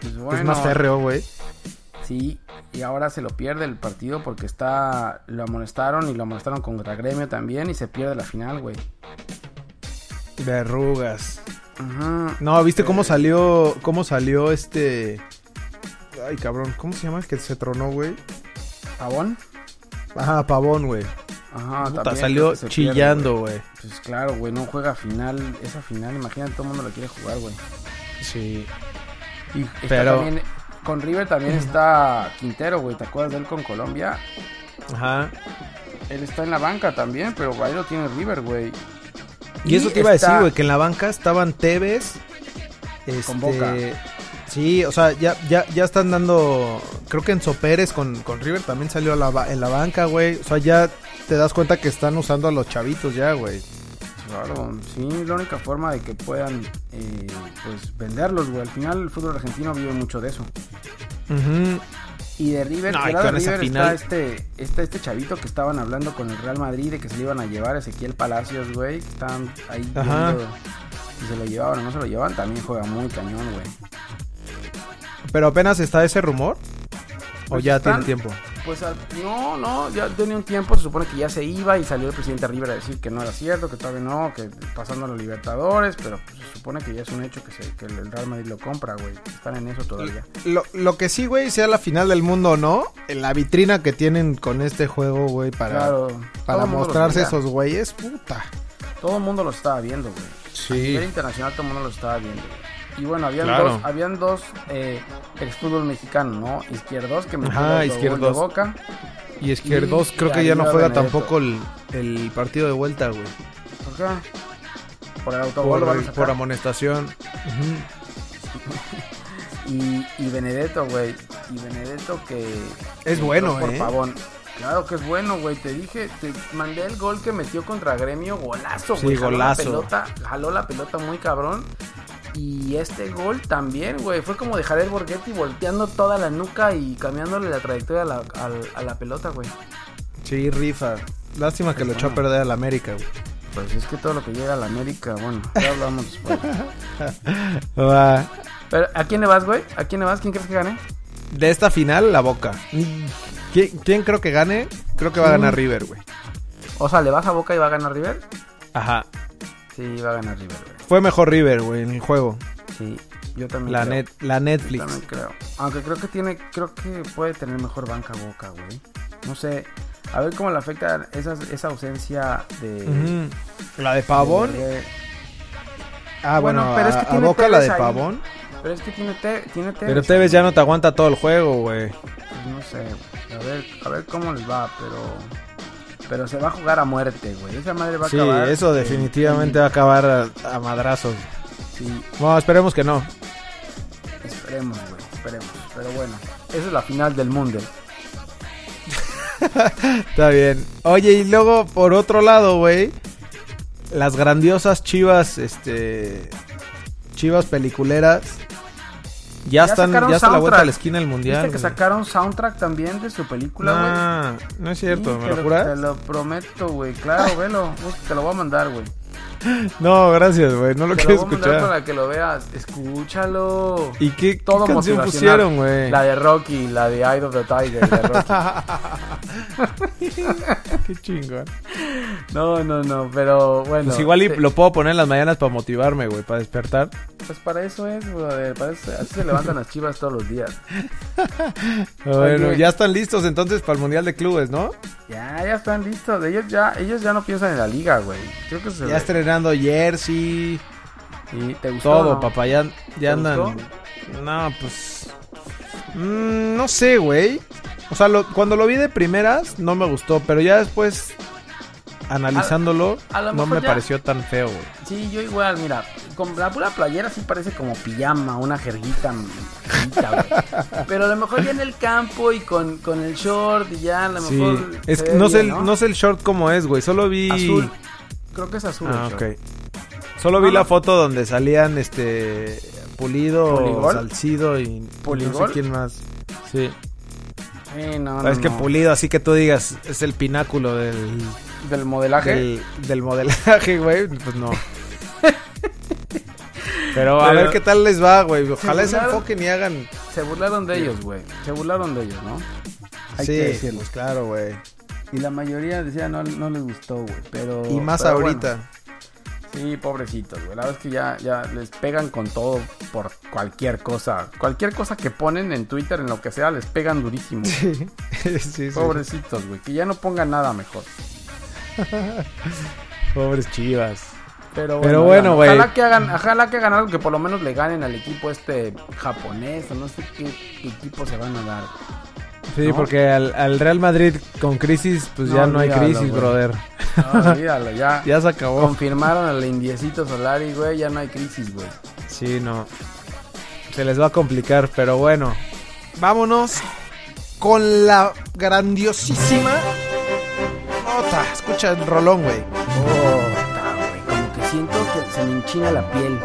Pues bueno,
Es más férreo, güey.
Sí, y ahora se lo pierde el partido porque está lo amonestaron y lo amonestaron contra Gremio también y se pierde la final, güey.
Verrugas.
Ajá.
No, ¿viste cómo salió? ¿Cómo salió este? Ay, cabrón, ¿cómo se llama el que se tronó, güey?
¿Pavón?
Ajá, Pavón, güey.
Ajá,
Puta,
también
salió
creo que se pierde,
chillando,
güey.
güey.
Pues claro, güey, no juega final, esa final, imagínate, todo el mundo la quiere jugar, güey.
Sí.
Y está
Pero-
también- con River también está Quintero, güey, ¿te acuerdas de él con Colombia?
Ajá.
Él está en la banca también, pero ahí lo tiene River, güey.
Y, eso te iba a decir, güey, que en la banca estaban Tevez. Este,
Con Boca.
Sí, o sea, ya, ya, ya están dando. Creo que Enzo Pérez con, con River también salió a la, ba- en la banca, güey. O sea, ya te das cuenta que están usando a los chavitos ya, güey.
Claro, sí, es la única forma de que puedan eh, pues venderlos, güey. Al final el fútbol argentino vive mucho de eso.
Ujú.
Y de River,
No, y
del lado de
con esa
River
final-
está este, está este chavito que estaban hablando con el Real Madrid de que se lo iban a llevar Ezequiel Palacios, güey. que Estaban ahí
Ajá.
viendo si se lo llevaban o no se lo llevaban, también juega muy cañón, güey.
Pero apenas está ese rumor. O
Pues
ya
están-
tiene tiempo.
Pues al- no, no, ya tenía un tiempo, se supone que ya se iba y salió el presidente River a decir que no era cierto, que todavía no, que pasando a los Libertadores, pero pues, se supone que ya es un hecho que, se, que el Real Madrid lo compra, güey. Están en eso todavía.
Lo, lo que sí, güey, sea la final del mundo o no, en la vitrina que tienen con este juego, güey, para,
Claro, todo
para
el mundo los
mostrarse
mira.
esos güeyes, puta.
Todo el mundo lo estaba viendo, güey.
Sí.
A nivel internacional todo el mundo lo estaba viendo. güey. Y bueno, habían
Claro.
dos, habían dos eh, exfútbol mexicano, ¿no? Izquierdos que me
Ajá, Izquierdos.
boca.
Y Izquierdos
Y
creo que
ahí
ya no
va
juega
Benedetto.
tampoco el, el partido de vuelta, güey.
¿Por qué? Por el autogol
Por,
lo van a sacar.
por amonestación. Ujú.
y, y Benedetto, güey. Y Benedetto que... que
Es bueno,
entró por
¿eh?
Pavón. Claro que es bueno, güey. Te dije, te mandé el gol que metió contra Gremio. Golazo,
Sí,
güey. Jaló la
golazo.
pelota- jaló la pelota muy cabrón. Y este gol también, güey. Fue como dejar el Borghetti volteando toda la nuca y cambiándole la trayectoria a la, al- a la pelota, güey.
Sí, rifa. Lástima que lo echó a perder al América, güey.
Pues es que todo lo que llega a la América, bueno, ya
*laughs*
hablamos después.
Va.
Pero, ¿a quién le vas, güey? ¿A quién le vas? ¿Quién crees que gane?
De esta final, la boca. ¿Quién, quién creo que gane? Creo que va a ganar River, güey.
O sea, ¿le vas a Boca y va a ganar River?
Ajá.
Sí, va a ganar River, güey.
Fue mejor River, güey, en el juego.
Sí, yo también
La,
creo.
net, la
Yo también
Netflix.
creo. Aunque creo que tiene, creo que puede tener mejor banca boca, güey. No sé. A ver cómo le afecta esas, esa ausencia de.
Ujú. La de Pavón.
de-
Ah, bueno,
Bueno, pero es que
a- a
tiene
Boca la
Tevez
de
ahí.
Pavón.
Pero es que tiene te, tiene Tevez,
Pero Tevez ya no te aguanta todo el juego, güey.
pues No sé, güey. A ver, a ver cómo les va, pero. Pero se va a jugar a muerte, güey. Esa madre va a
Sí,
acabar.
eso
eh,
definitivamente va a acabar a, a madrazos.
Sí,
No, esperemos que no.
esperemos, güey. Esperemos. Pero bueno, esa es la final del mundo.
Está bien. Oye, y luego, por otro lado, güey, las grandiosas chivas, este. Chivas peliculeras. Ya,
Ya
están,
sacaron
ya está la vuelta
soundtrack.
a la esquina del mundial.
¿Viste que
güey.
sacaron soundtrack también de su película, güey?
Nah, no es cierto,
Sí,
¿me
te
lo juras?
Te lo prometo, güey. Claro, velo. Uf, Te lo voy a
*laughs*
mandar, güey.
No, gracias, güey, no lo
Te
quiero
lo voy a mandar
escuchar.
para que lo veas. Escúchalo.
¿Y qué, qué
Todo
canción
motivacional.
pusieron, güey?
La de Rocky, la de Eye of the Tiger.
*laughs*
de Rocky.
qué chingón.
no, no, no, pero bueno.
Pues igual y
sí,
lo puedo poner en las mañanas para motivarme, güey, para despertar.
Pues para eso es, brother. Para eso, así se levantan las chivas todos los días.
Pero
Oye.
Bueno, ya están listos entonces para el Mundial de Clubes, ¿no?
Ya, ya están listos. Ellos ya, ellos ya no piensan en la liga, güey. Creo que se
Ya estrenando jersey,
y te gustó,
Pues todo,
no?
papá, ya,
¿Te
ya andan. No, pues... mm, no sé, güey. O sea, lo- cuando lo vi de primeras no me gustó, pero ya después, analizándolo,
a lo
no
mejor
me
ya-
pareció tan feo, güey.
Sí, yo igual, mira, con la pura playera sí parece como pijama, una jerguita, mm, jerguita, güey.
*laughs*
Pero a lo mejor ya en el campo y con, con el short y ya a lo
Sí,
mejor se
es,
ve
no, sé,
bien,
¿no? sé el short cómo es, güey. Solo vi.
Azul. Creo que es azul.
Ah,
el
ok.
short.
Solo vi
No,
la
no.
foto donde salían este. Pulido,
¿Poligol?
Salcido y. No
¿Poligol?
sé quién más. Sí.
Sí, no,
Sabes Ah,
no,
que
no.
Pulido, así que tú digas, es el pináculo del.
del modelaje.
Del, del modelaje, güey. Pues *laughs* no. Pero pues a
Pero-
ver qué tal les va, güey. Ojalá
Sí,
se
claro.
enfoquen y hagan.
Se burlaron de ellos, güey. Se burlaron de ellos, ¿no? Hay
sí,
que decirlo.
pues claro, güey.
Y la mayoría decía no, no les gustó, güey. Pero.
Y más
pero
ahorita.
bueno. Sí, pobrecitos, güey. La verdad es que ya, ya les pegan con todo por cualquier cosa. Cualquier cosa que ponen en Twitter, en lo que sea, les pegan durísimo.
*laughs*
güey.
sí, *laughs* sí, sí.
Pobrecitos, güey. Que ya no pongan nada mejor.
Pobres chivas.
Pero bueno,
Pero bueno,
oigan,
güey.
Ojalá que hagan, ojalá que hagan algo que por lo menos le ganen al equipo este japonés o no sé qué, qué equipo se van a dar.
Sí,
¿no?
porque al, al Real Madrid con crisis, pues ya
No,
no hay
olvídalo,
crisis,
güey.
brother. *laughs*
No, olvídalo, ya.
Ya se acabó.
Confirmaron al indiecito Solari, güey. Ya no hay crisis, güey.
Sí, no. Se les va a complicar, pero bueno. Vámonos con la grandiosísima nota. Escucha el rolón, güey.
Puta, Oh, güey. Como que siento que se me enchina la piel.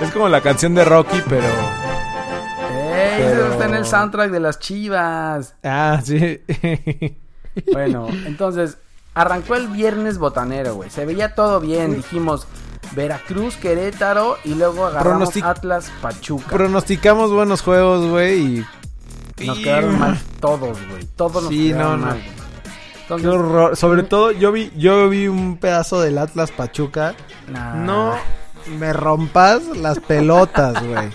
Es como la canción de Rocky, pero...
¡Ey!
Pero-
Eso está en el soundtrack de las chivas.
Ah, sí. *laughs*
Bueno, entonces, arrancó el viernes botanero, güey. Se veía todo bien. Dijimos Veracruz, Querétaro y luego agarramos
Pronostic-
Atlas, Pachuca.
Pronosticamos buenos juegos, güey, y...
Nos quedaron mal todos, güey. Todos nos
Sí, no,
quedaron
no.
mal. güey.
Qué
Entonces,
horror. Sobre todo, yo vi, yo vi un pedazo del Atlas Pachuca.
nah.
No me rompas las pelotas, güey.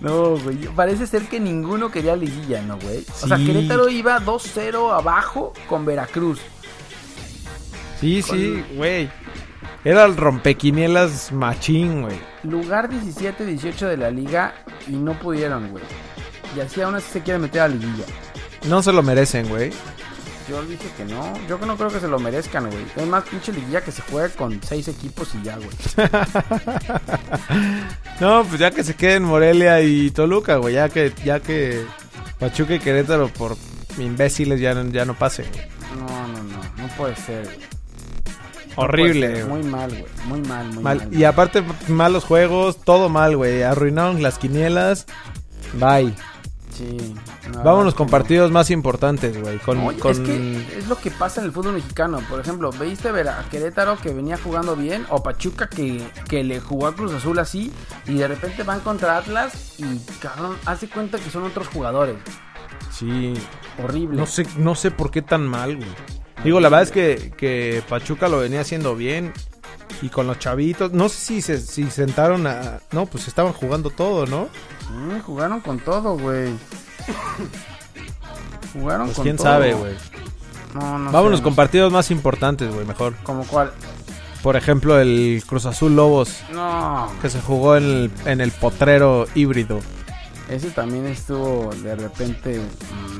No, güey. Parece ser que ninguno quería liguilla, ¿no, güey? O sea,
Sí.
Querétaro iba 2-0 abajo con Veracruz.
*laughs* Sí, sí, güey. Era el rompequinielas machín, güey.
Lugar 17-18 de la liga y no pudieron, güey. Y así aún así se quiere meter a liguilla.
No se lo merecen, güey.
Yo dije que no. Yo que no creo que se lo merezcan, güey. Es más, pinche liguilla que se juegue con seis equipos y ya, güey.
No, pues ya que se queden Morelia y Toluca, güey. Ya que, ya que Pachuca y Querétaro por imbéciles ya, no- ya no pasen. güey.
No, no, no. No puede ser, güey. No puede
Horrible,
ser.
güey.
Muy mal, güey. Muy mal, muy mal.
Mal. Y aparte, malos juegos, todo mal, güey. Arruinaron las quinielas. Bye.
Ah. Sí. no,
Vámonos
no.
con partidos más importantes, güey. Con,
Oye,
con...
Es que es lo que pasa en el fútbol mexicano. Por ejemplo, ¿veiste ver a Querétaro que venía jugando bien? O Pachuca que, que le jugó a Cruz Azul así. Y de repente van contra Atlas y cabrón, hace cuenta que son otros jugadores.
Sí,
Horrible.
No sé, no sé por qué tan mal, güey. Digo, la verdad es que, que Pachuca lo venía haciendo bien. Y con los chavitos. No sé si se si sentaron a. No, pues estaban jugando todo, ¿no?
Mm, jugaron con todo, güey. jugaron
Pues
con
quién
todo.
sabe, güey.
No, no
Vámonos
sé,
con
no sé.
partidos más importantes, güey, mejor.
Como cuál.
Por ejemplo, el Cruz Azul Lobos,
No.
que se jugó en el, en el potrero híbrido.
Ese también estuvo de repente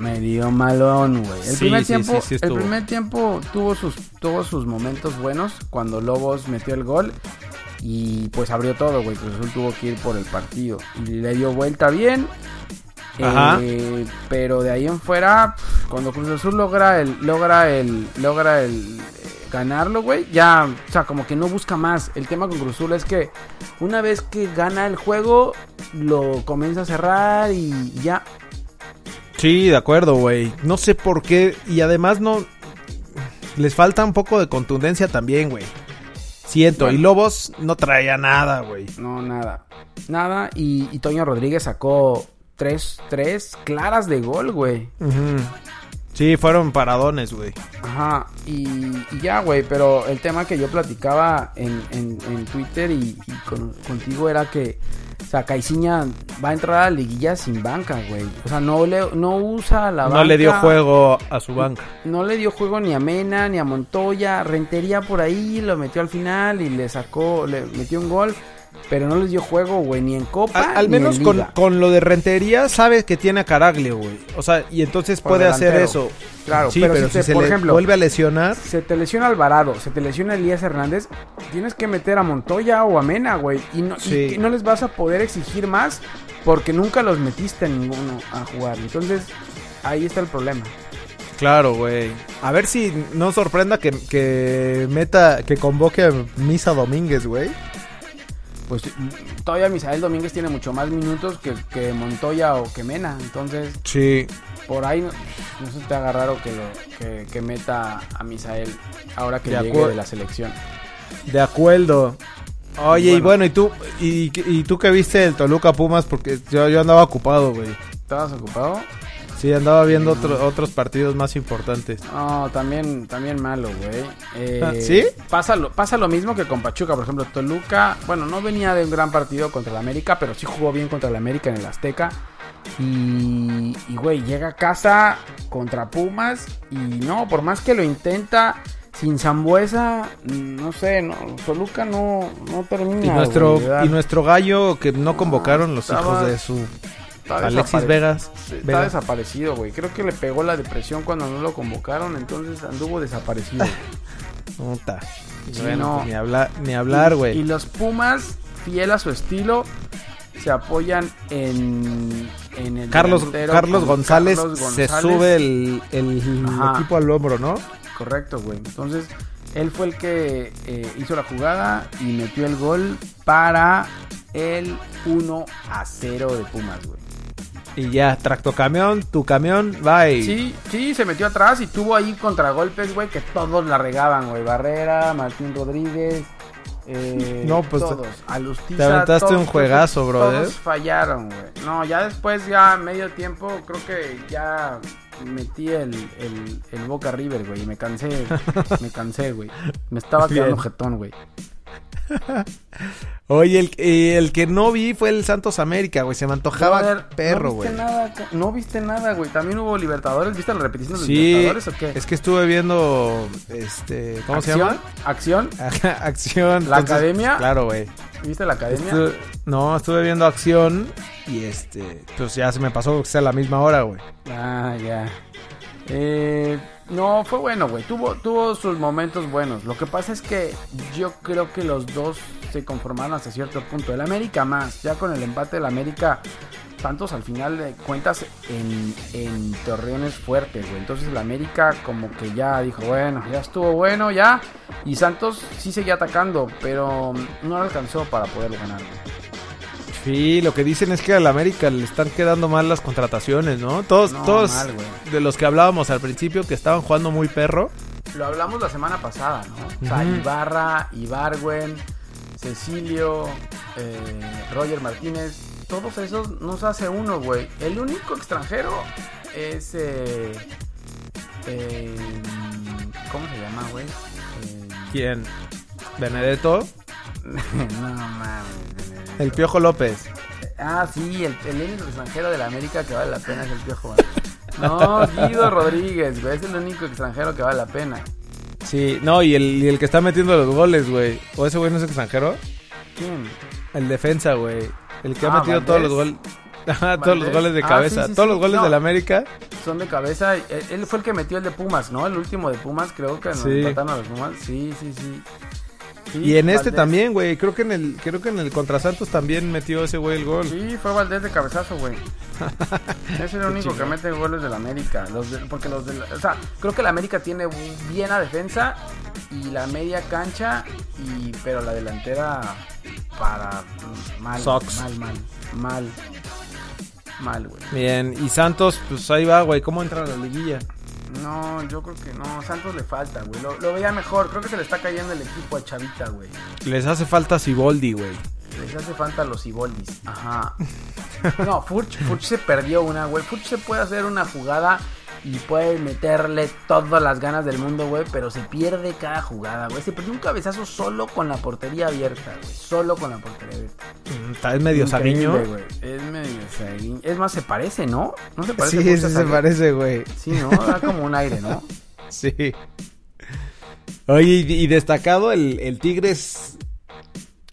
medio malón, güey. El
Sí,
primer
sí,
tiempo,
sí, sí
el
estuvo.
primer tiempo tuvo sus tuvo sus momentos buenos cuando Lobos metió el gol y pues abrió todo, güey. Cruz Azul tuvo que ir por el partido y le dio vuelta bien.
Ajá.
Eh, pero de ahí en fuera, pf, cuando Cruz Azul logra el logra el logra el eh, ganarlo, güey, ya, o sea, como que no busca más. El tema con Cruz Azul es que una vez que gana el juego, lo comienza a cerrar y ya.
Sí, de acuerdo, güey. No sé por qué. Y además no... Les falta un poco de contundencia también, güey. Siento. Y Lobos no traía nada, güey.
No, nada. Nada. Y, y Toño Rodríguez sacó tres, tres claras de gol, güey.
Ujú. Sí, fueron paradones, güey.
Ajá. Y, y ya, güey. Pero el tema que yo platicaba en, en- en Twitter y, y con- contigo era que. O sea, Caixinha va a entrar a la liguilla sin banca, güey. O sea, no, le, no usa la banca.
No le dio juego a su banca.
No le dio juego ni a Mena, ni a Montoya. Rentería por ahí, lo metió al final y le sacó, le metió un gol. Pero no les dio juego, güey, ni en Copa.
Al, al
ni en
menos con,
Liga.
con lo de rentería sabes que tiene a Caraglio, güey. O sea, y entonces
Por
puede hacer
delantero.
eso.
Claro,
sí, pero,
pero si
si
te-
se
por
le
ejemplo-
vuelve a lesionar,
Se te lesiona Alvarado, se te lesiona Elías Hernández. Tienes que meter a Montoya o a Mena, güey. Y no, y
Sí.
que no les vas a poder exigir más porque nunca los metiste a ninguno a jugar. Entonces, ahí está el problema.
claro, güey. A ver si no sorprenda que, que meta, que convoque a Misa Domínguez, güey.
Pues mm, todavía Misael Domínguez tiene mucho más minutos que, que Montoya o que Mena. Entonces,
Sí.
Por ahí no, no se te haga raro que, lo, que, que meta a Misael ahora que
De
llegue
acuerdo.
de la selección.
De acuerdo. Oye, y bueno,
Bueno.
y tú, y, y tú que viste el Toluca Pumas, porque yo, yo andaba ocupado, güey.
¿Estabas ocupado?
Sí, andaba viendo otro- otros partidos más importantes.
No, también, también malo, güey. Eh,
Ah, ¿sí?
Pasa lo, pasa lo mismo que con Pachuca, por ejemplo, Toluca, bueno, no venía de un gran partido contra el América, pero sí jugó bien contra el América en el Azteca. Y, y, güey, llega a casa contra Pumas y no, por más que lo intenta, sin Zambuesa, mm, no sé, no, Toluca no, no termina.
Y nuestro,
güey, de dar-
y nuestro gallo que no convocaron los
Ah, estaba-
hijos de su
está
Alexis
desaparecido.
Vegas.
Está
Vega.
desaparecido, güey. Creo que le pegó la depresión cuando no lo convocaron, entonces anduvo desaparecido.
Puta.
Sí,
Bueno,
no.
pues ni hablar, ni hablar,
Y
güey.
los Pumas, fiel a su estilo, se apoyan en, en el
Carlos,
delantero
Carlos,
con
González
Carlos
se
González.
sube el, el
Ajá.
equipo al hombro, ¿no?
Correcto, güey. Entonces, él fue el que eh, hizo la jugada y metió el gol para el 1 a 0 de Pumas, güey.
Y ya, tractocamión, tu camión, bye.
Sí, sí, se metió atrás y tuvo ahí contragolpes, güey, que todos la regaban, güey. Barrera, Martín Rodríguez, eh,
No, pues,
todos. Alustiza,
te aventaste
todos-
un juegazo,
todos-
brother.
Todos fallaron, güey. No, ya después, ya a medio tiempo, creo que ya metí el, el- el Boca River, güey, y me cansé,
*laughs*
me cansé, güey. Me estaba
Bien.
quedando jetón, güey.
Oye, el, eh, el que no vi fue el Santos América, güey. Se me antojaba
Brother,
perro,
no
güey.
viste nada, ca- No viste nada, güey. También hubo Libertadores, ¿viste la repetición de los
sí,
Libertadores o qué?
es que estuve viendo, este, ¿cómo se
Acción,
llama?
Acción,
Ajá, Acción.
¿La
entonces,
Academia?
Claro, güey.
¿viste la academia?
Estuve- no, estuve viendo Acción y este, pues ya se me pasó porque sea a la misma hora, güey.
Ah, ya. Eh, no, fue bueno, güey. Tuvo, tuvo sus momentos buenos. Lo que pasa es que yo creo que los dos se conformaron hasta cierto punto. El América más, ya con el empate del América, Santos al final de cuentas en, en torreones fuertes, güey. Entonces el América como que ya dijo, bueno, ya estuvo bueno, ya. Y Santos sí seguía atacando, pero no lo alcanzó para poder ganar. güey.
Sí, lo que dicen es que al América le están quedando mal las contrataciones, ¿no? Todos,
No,
todos
mal, güey.
de los que hablábamos al principio que estaban jugando muy perro.
Lo hablamos la semana pasada, ¿no? O sea,
Ujú.
Ibarra, Ibargüen, Cecilio, eh, Roger Martínez, todos esos nos hace uno, güey. El único extranjero es. eh, eh, ¿Cómo se llama, güey? Eh,
¿Quién? Benedetto,
no mames. Benedetto.
el Piojo López.
Ah, sí, el, el único extranjero de la América que vale la pena es el Piojo. No, Guido Rodríguez, güey, es el único extranjero que vale la pena.
Sí, no, y el, y el que está metiendo los goles, güey. ¿O ese güey no es extranjero?
¿Quién?
El defensa, güey. El que ha
Ah,
metido todos los
Valdés.
goles. Ajá, *laughs* todos los
Valdés.
goles de
Ah,
cabeza.
sí, sí,
todos
sí.
los goles
No.
del América.
Son de cabeza. Él- Él fue el que metió el de Pumas, ¿no? El último de Pumas, creo que nos
Sí.
empataron a los Pumas. Sí, sí, sí. Sí,
Y en este
Valdés.
también, güey. Creo que en el creo que en el contra Santos también metió ese güey el gol.
Sí, fue Valdés de cabezazo,
*laughs*
güey. es el único que mete goles del América. Los de- porque los de la- o sea, creo que el América tiene bien la defensa y la media cancha, y pero la delantera para mal,
Socks.
mal, mal, mal, mal, güey.
Bien, y Santos, pues ahí va, güey. ¿Cómo entra a la liguilla?
No, yo creo que no. Santos le falta, güey. Lo, lo veía mejor. Creo que se le está cayendo el equipo a Chavita, güey.
Les hace falta Siboldi, güey.
Les hace falta los Iboldis.
*laughs*
Ajá. No, Furch, Furch se perdió una, güey. Furch se puede hacer una jugada y puede meterle todas las ganas del mundo, güey. Pero se pierde cada jugada, güey. Se perdió un cabezazo solo con la portería abierta, güey. Solo con la portería abierta.
Está es medio
Increíble,
saguiño.
güey. Es medio saguiño. Es más, se parece, ¿no? No se parece.
Sí,
Furch
sí
a
se
Saguiño?
parece, güey.
Sí, ¿no? Da como un aire, ¿no?
Sí. Oye, y y destacado el, el Tigres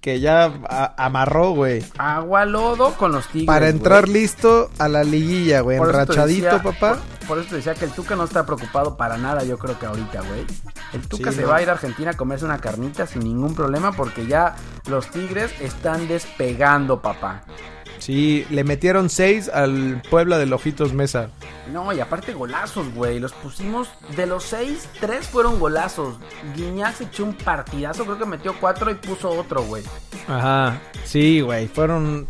que ya a- amarró, güey.
Agua lodo con los tigres.
Para
güey.
entrar listo a la liguilla, güey.
Por eso te
Enrachadito,
decía-
papá.
Por, por eso te decía que el Tuca no está preocupado para nada, yo creo que ahorita, güey. El Tuca
Sí,
se
no.
va a ir a Argentina a comerse una carnita sin ningún problema porque ya los Tigres están despegando, papá.
Sí, le metieron seis al Puebla de Ojitos Mesa.
No, y aparte golazos, güey. Los pusimos de los seis, tres fueron golazos. Guiñac se echó un partidazo, creo que metió cuatro y puso otro, güey.
Ajá. Sí, güey. Fueron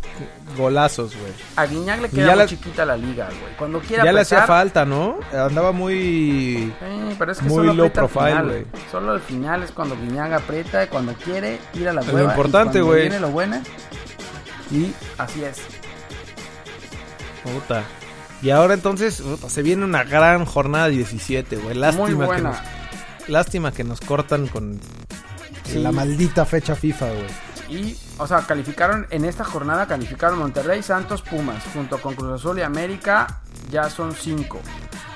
golazos, güey.
A Guiñac le
Y ya
queda muy
la-
chiquita la liga, güey. Cuando quiera
Ya le hacía
apretar,
falta, ¿no? Andaba muy...
Sí, pero es que
Muy
solo
low
aprieta al
profile,
final,
güey.
Solo al final es cuando Guiñaga aprieta, y cuando quiere, tira la
Es lo
hueva. y
importante,
cuando
güey.
Viene lo buena. Y así es.
Puta. Y ahora entonces puta, se viene una gran jornada 17, güey. Lástima,
Muy
Que
buena.
nos, lástima que nos cortan con
Sí.
la maldita fecha FIFA, güey.
Y, o sea, calificaron en esta jornada, calificaron Monterrey, Santos, Pumas, junto con Cruz Azul y América, ya son cinco.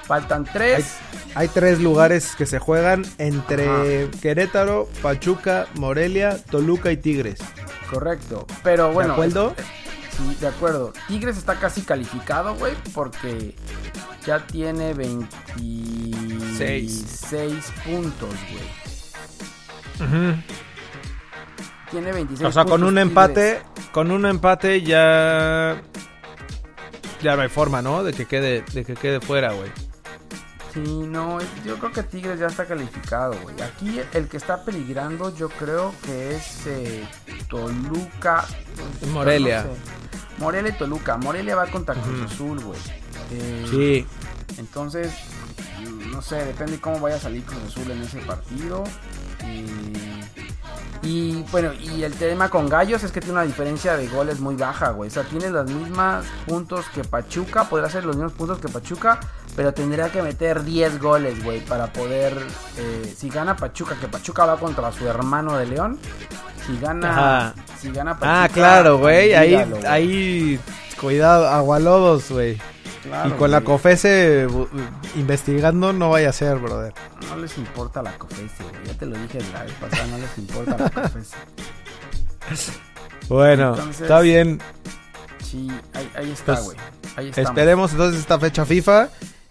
Faltan
Hay,
tres.
hay tres lugares que se juegan entre Querétaro, Pachuca, Morelia, Toluca y Tigres.
Correcto. Pero bueno.
acuerdo?
es- sí, de acuerdo. Tigres está casi calificado, güey, porque ya tiene 26 puntos, güey. Tiene 26
O sea, con
puntos
un
Tigres.
empate, con un empate ya ya no hay forma, ¿no? De que quede, de que quede fuera, güey.
Sí, no, es- yo creo que Tigres ya está calificado, güey. Aquí el que está peligrando, yo creo que es eh, Toluca.
Morelia.
No sé. Morelia y Toluca. Morelia va contra Cruz Azul, güey. Eh,
Sí.
Entonces, mm, no sé, depende cómo vaya a salir Cruz Azul en ese partido. Y, y, bueno, y el tema con Gallos es que tiene una diferencia de goles muy baja, güey. O sea, tiene los mismos puntos que Pachuca, podrá ser los mismos puntos que Pachuca, pero tendría que meter 10 goles, güey, para poder... eh, si gana Pachuca, que Pachuca va contra su hermano de León. Si gana...
Ajá.
Si gana Pachuca...
Ah, claro, güey. Ahí,
olvídalo, güey.
ahí, cuidado, agualodos, güey.
Claro,
y con la
güey.
COFESE bu- investigando no vaya a ser, brother.
No les importa la cofese, güey. Ya te lo dije la vez pasada, no les importa la
*laughs*
cofese.
Bueno,
Entonces,
está bien.
Sí, ahí, ahí está,
Pues,
güey. ahí está.
Esperemos entonces esta fecha FIFA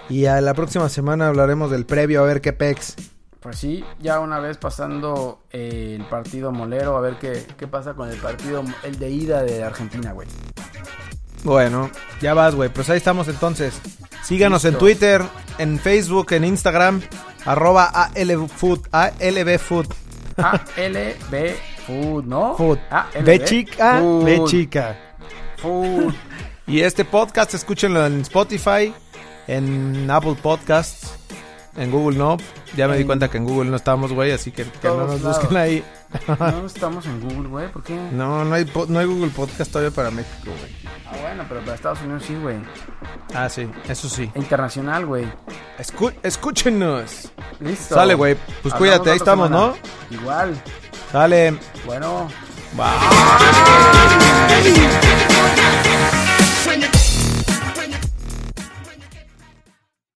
y a la próxima semana hablaremos del previo a ver qué pex.
Pues sí, ya una vez pasando eh, el partido molero, a ver qué, qué pasa con el partido, el de ida de Argentina,
*laughs*
güey.
Bueno, ya vas, güey. Pues ahí estamos entonces. Síganos en
Listo.
Twitter, en Facebook, en Instagram, arroba ALBFood, ALBFood.
ALB Food, ¿no?
Food. ah,
ALB
B chica, B
Food.
chica. *laughs*
Food.
Y este podcast, escúchenlo en Spotify, en Apple Podcasts, en Google no. Ya me di
En-
cuenta que en Google no estamos, güey, así que, que no
Todos
nos
lados.
busquen ahí.
No estamos en Google, güey, ¿por qué?
No, no hay, po- no hay Google Podcast todavía para México, güey.
Ah, bueno, pero para Estados Unidos sí, güey. E
Ah, sí, eso sí.
Internacional, güey.
Escu- escúchenos.
Listo.
Sale, güey. Pues
Hablamos
cuídate, ahí
otra
estamos,
semana. Igual.
¿no? Sale.
Bueno.
Bye.